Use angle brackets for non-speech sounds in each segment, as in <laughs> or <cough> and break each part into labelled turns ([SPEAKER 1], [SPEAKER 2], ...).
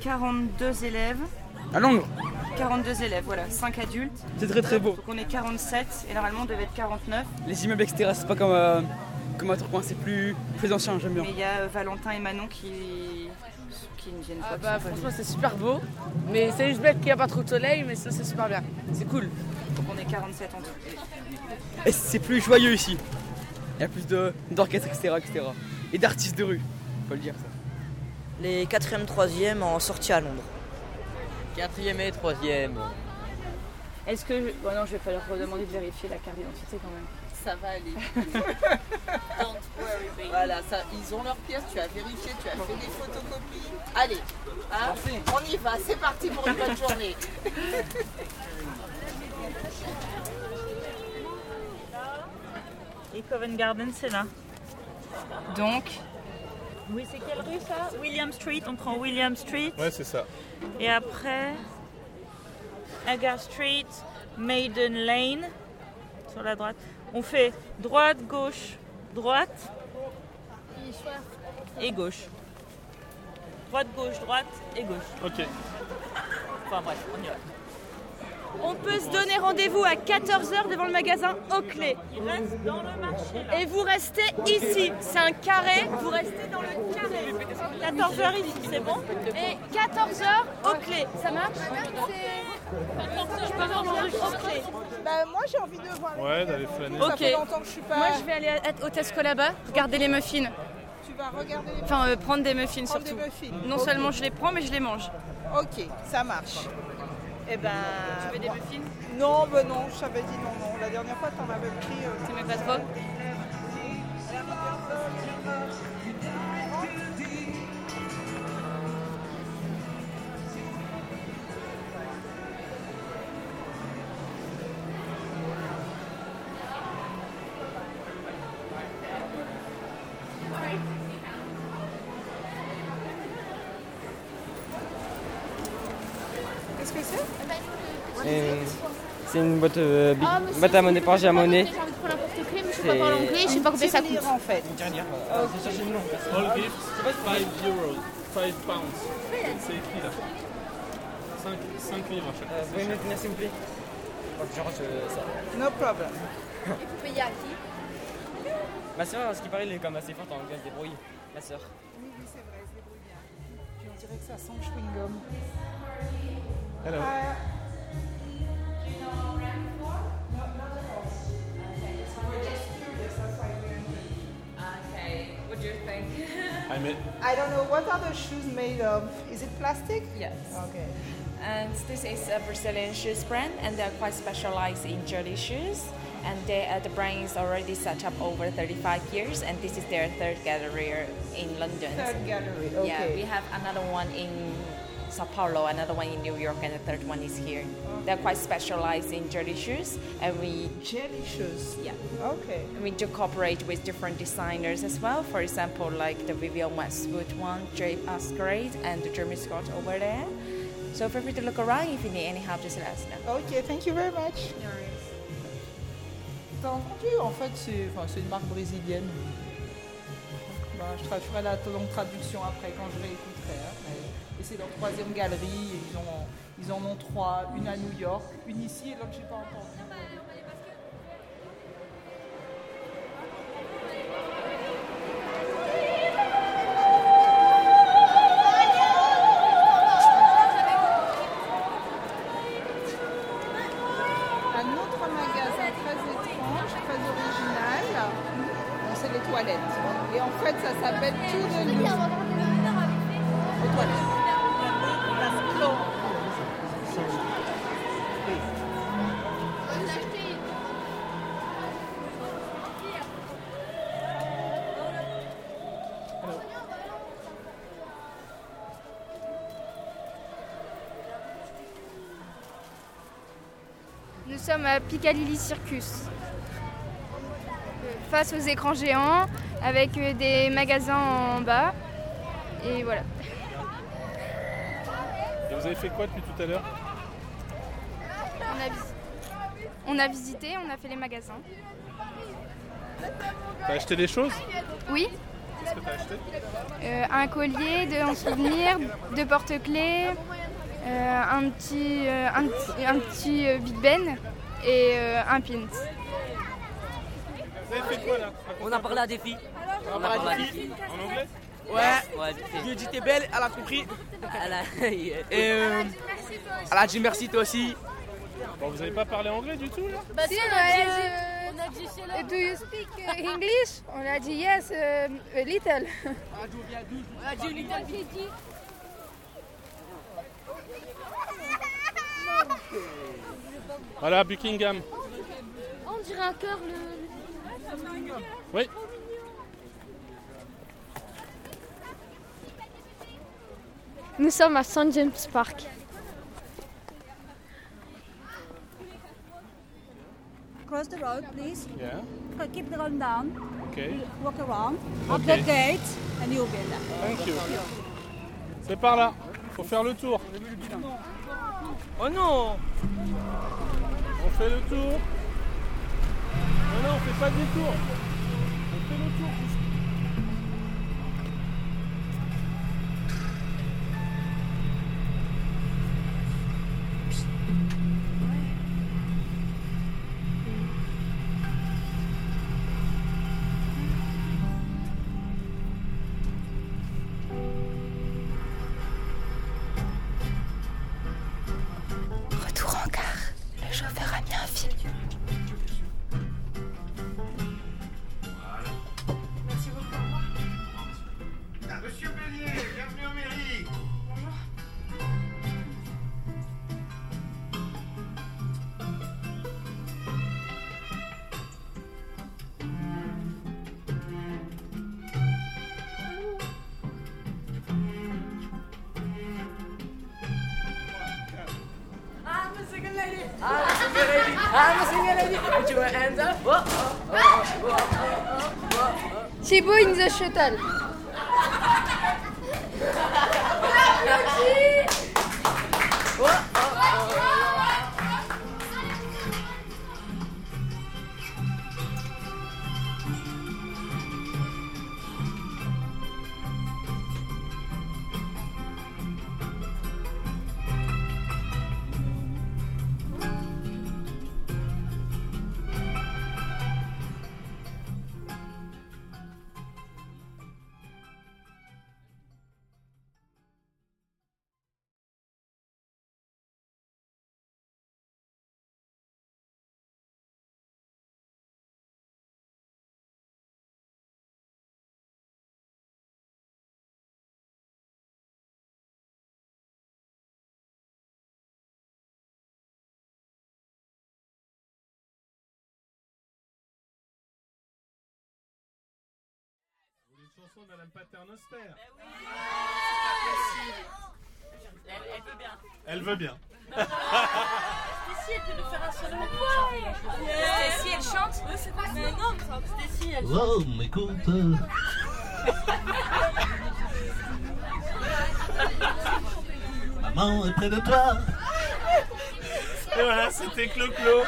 [SPEAKER 1] 42 Euh, élèves.
[SPEAKER 2] À Langres
[SPEAKER 1] 42 élèves, voilà, 5 adultes.
[SPEAKER 2] C'est très très beau.
[SPEAKER 1] Donc on est 47 et normalement on devait être 49.
[SPEAKER 2] Les immeubles avec terrasse, c'est pas comme, euh, comme à Tourcoing, c'est plus, plus ancien, j'aime bien.
[SPEAKER 1] Mais il y a euh, Valentin et Manon qui, qui ne viennent pas.
[SPEAKER 3] Ah
[SPEAKER 1] qui
[SPEAKER 3] bah
[SPEAKER 1] sont pas
[SPEAKER 3] franchement c'est super beau, mais c'est juste bête qu'il n'y a pas trop de soleil, mais ça c'est super bien, c'est cool.
[SPEAKER 1] venus. Donc on est 47 en tout.
[SPEAKER 2] Et c'est plus joyeux ici. Il y a plus de- d'orchestres, etc., etc. Et d'artistes de rue, faut le dire ça.
[SPEAKER 4] Les 4e, 3e en sortie à Londres.
[SPEAKER 5] Quatrième et troisième.
[SPEAKER 6] Est-ce que. Je...
[SPEAKER 1] Oh
[SPEAKER 6] Bon, non, je vais pas leur redemander de vérifier la carte d'identité quand même.
[SPEAKER 7] Ça va aller. Don't worry, baby. Voilà, ça, ils ont leur pièce, tu as vérifié, tu as fait des photocopies. Allez, hein, on y va, c'est parti pour une bonne journée.
[SPEAKER 8] Et Covent Garden, c'est là.
[SPEAKER 1] Donc,
[SPEAKER 8] Oui, c'est quelle rue ça William Street, on prend William Street.
[SPEAKER 9] Ouais, c'est ça.
[SPEAKER 8] Et après, Agar Street, Maiden Lane, sur la droite. On fait droite, gauche, droite et gauche. Droite, gauche, droite et gauche.
[SPEAKER 9] Ok.
[SPEAKER 8] Enfin bref, on y va.
[SPEAKER 10] On peut se donner rendez-vous à 14h devant le magasin Oakley.
[SPEAKER 8] Il reste dans le marché là.
[SPEAKER 10] Et vous restez ici. C'est un carré. Vous restez dans le carré.
[SPEAKER 8] 14h ici, c'est bon
[SPEAKER 10] Et 14h Oakley. Ça marche Je peux voir Oakley.
[SPEAKER 7] Bah, moi j'ai envie de voir.
[SPEAKER 9] Ouais, d'aller flâner.
[SPEAKER 10] Ok. fait
[SPEAKER 7] longtemps que je suis pas.
[SPEAKER 10] Moi, je vais aller à- au Tesco là-bas, regarder les muffins.
[SPEAKER 7] Tu vas regarder les
[SPEAKER 10] Enfin, euh, prendre des muffins surtout.
[SPEAKER 7] muffins.
[SPEAKER 10] Non seulement je les prends, mais je les mange.
[SPEAKER 7] Ok, ça marche. Eh ben.
[SPEAKER 10] Tu veux
[SPEAKER 1] euh,
[SPEAKER 10] des muffins
[SPEAKER 7] Non, ben non, je t'avais dit non, non. La dernière fois, t'en avais pris. euh,
[SPEAKER 10] T'aimes pas trop
[SPEAKER 7] Qu'est-ce que c'est
[SPEAKER 5] C'est une boîte, euh, bi- boîte à monnaie, j'ai à monnaie.
[SPEAKER 6] J'ai envie de prendre un porte-clés, mais je sais
[SPEAKER 5] C'est-
[SPEAKER 6] pas parler anglais, je sais pas combien ça
[SPEAKER 7] Souvenir,
[SPEAKER 6] coûte.
[SPEAKER 7] en fait.
[SPEAKER 5] Ah,
[SPEAKER 9] All gifts, 5 euros, 5 pounds. C'est écrit là. 5, livres à chaque fois.
[SPEAKER 2] Oh, euh,
[SPEAKER 7] No problem.
[SPEAKER 5] Ma soeur, à ce qui paraît, elle est comme assez forte en anglais, elle se débrouille. Ma soeur.
[SPEAKER 7] Oui, oui, c'est vrai, c'est débrouille bien. Puis on dirait que ça sent le chewing-gum. Euh, Hello.
[SPEAKER 11] <laughs>
[SPEAKER 9] I met
[SPEAKER 7] I don't know, what are the shoes made of? Is it plastic?
[SPEAKER 11] Yes.
[SPEAKER 7] Okay.
[SPEAKER 11] And this is a Brazilian shoes brand, and they are quite specialized in jelly shoes. And they, uh, the brand is already set up over 35 years, and this is their third gallery in London.
[SPEAKER 7] Third gallery,
[SPEAKER 11] Yeah, we
[SPEAKER 7] okay.
[SPEAKER 11] have another one in Sao Paulo, another one in New York, and the third one is here. They're quite specialized in jelly shoes, and we
[SPEAKER 7] Jelly shoes.
[SPEAKER 11] yeah.
[SPEAKER 7] Okay.
[SPEAKER 11] And we do cooperate with different designers as well. For example, like the Vivian Westwood one, Jay Asgrade, and the Jeremy Scott over there. So feel free to look around. If you need any help, just let us know.
[SPEAKER 7] Okay, thank you very much. T'as entendu En fait, c'est enfin, c'est une marque brésilienne. Bah, je tra- je ferai la t- longue traduction après quand je réécouterai. hein, mais- Et c'est leur troisième galerie. et ils, ont, ils en ont trois, une à New York, une ici et l'autre j'ai pas entendu. Un autre magasin très étrange, très original. Bon, c'est les toilettes. Et en fait, ça s'appelle tout de nous. Les toilettes.
[SPEAKER 6] Nous sommes à Piccadilly Circus. Euh, Face aux écrans géants, avec euh, des magasins en bas. Et voilà.
[SPEAKER 9] Et vous avez fait quoi depuis tout à l'heure
[SPEAKER 6] On a, visi- on a visité, on a fait les magasins.
[SPEAKER 9] T'as acheté des choses
[SPEAKER 6] Oui,
[SPEAKER 9] Qu'est-ce que t'as acheté
[SPEAKER 6] Euh, un collier de en souvenir, deux porte-clés, euh, un petit, euh, un, petit- un petit, euh, Big Ben et euh, un pin.
[SPEAKER 9] Vous avez fait quoi là
[SPEAKER 4] On a parlé à des filles.
[SPEAKER 9] On a parlé à des filles. En anglais
[SPEAKER 4] Ouais.
[SPEAKER 2] Je lui ai dit t'es belle, elle a compris.
[SPEAKER 5] <laughs>
[SPEAKER 4] Et
[SPEAKER 2] euh, elle a dit merci toi aussi.
[SPEAKER 9] Bon, vous avez pas parlé anglais du tout là
[SPEAKER 12] Bah si,
[SPEAKER 6] Si,
[SPEAKER 12] on a
[SPEAKER 6] ouais,
[SPEAKER 12] dit,
[SPEAKER 6] je-
[SPEAKER 12] euh, on a dit chez là.
[SPEAKER 6] Do you speak uh, English? On a dit yes, uh, a little.
[SPEAKER 12] On a dit une étoile, j'ai dit.
[SPEAKER 9] Voilà, Buckingham.
[SPEAKER 12] On dirait un cœur le.
[SPEAKER 9] Oui.
[SPEAKER 12] Nous sommes à St James Park.
[SPEAKER 7] Cross the road, please.
[SPEAKER 9] Yeah.
[SPEAKER 7] Okay, keep the road down.
[SPEAKER 9] Ok.
[SPEAKER 7] Walk around.
[SPEAKER 9] Okay.
[SPEAKER 7] At the gate, and you'll be there.
[SPEAKER 9] Thank you. C'est par là. Faut faire le tour. Oh non On fait le tour. Non, non, on fait pas de tour. On fait le tour.
[SPEAKER 13] Retour en gare, le chauffeur a mis un fil.
[SPEAKER 14] Monsieur Bélier, bienvenue en mairie.
[SPEAKER 2] I'm a single lady.
[SPEAKER 14] I'm a single lady. I'm a single lady. Put your hands up.
[SPEAKER 6] Chibu in the shuttle.
[SPEAKER 9] Une chanson de Madame Paternoster.
[SPEAKER 15] Elle veut bien.
[SPEAKER 9] Elle veut bien.
[SPEAKER 15] Stacy, elle peut nous faire un solo. Stacy, elle chante. Mais non, mais Stacy, elle chante.
[SPEAKER 14] m'écoute. Maman est près de toi.
[SPEAKER 9] Et voilà, c'était Clo-Clo.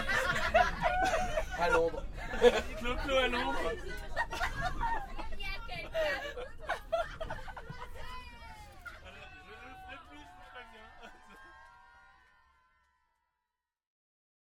[SPEAKER 9] À Londres. Clo-Clo à Londres.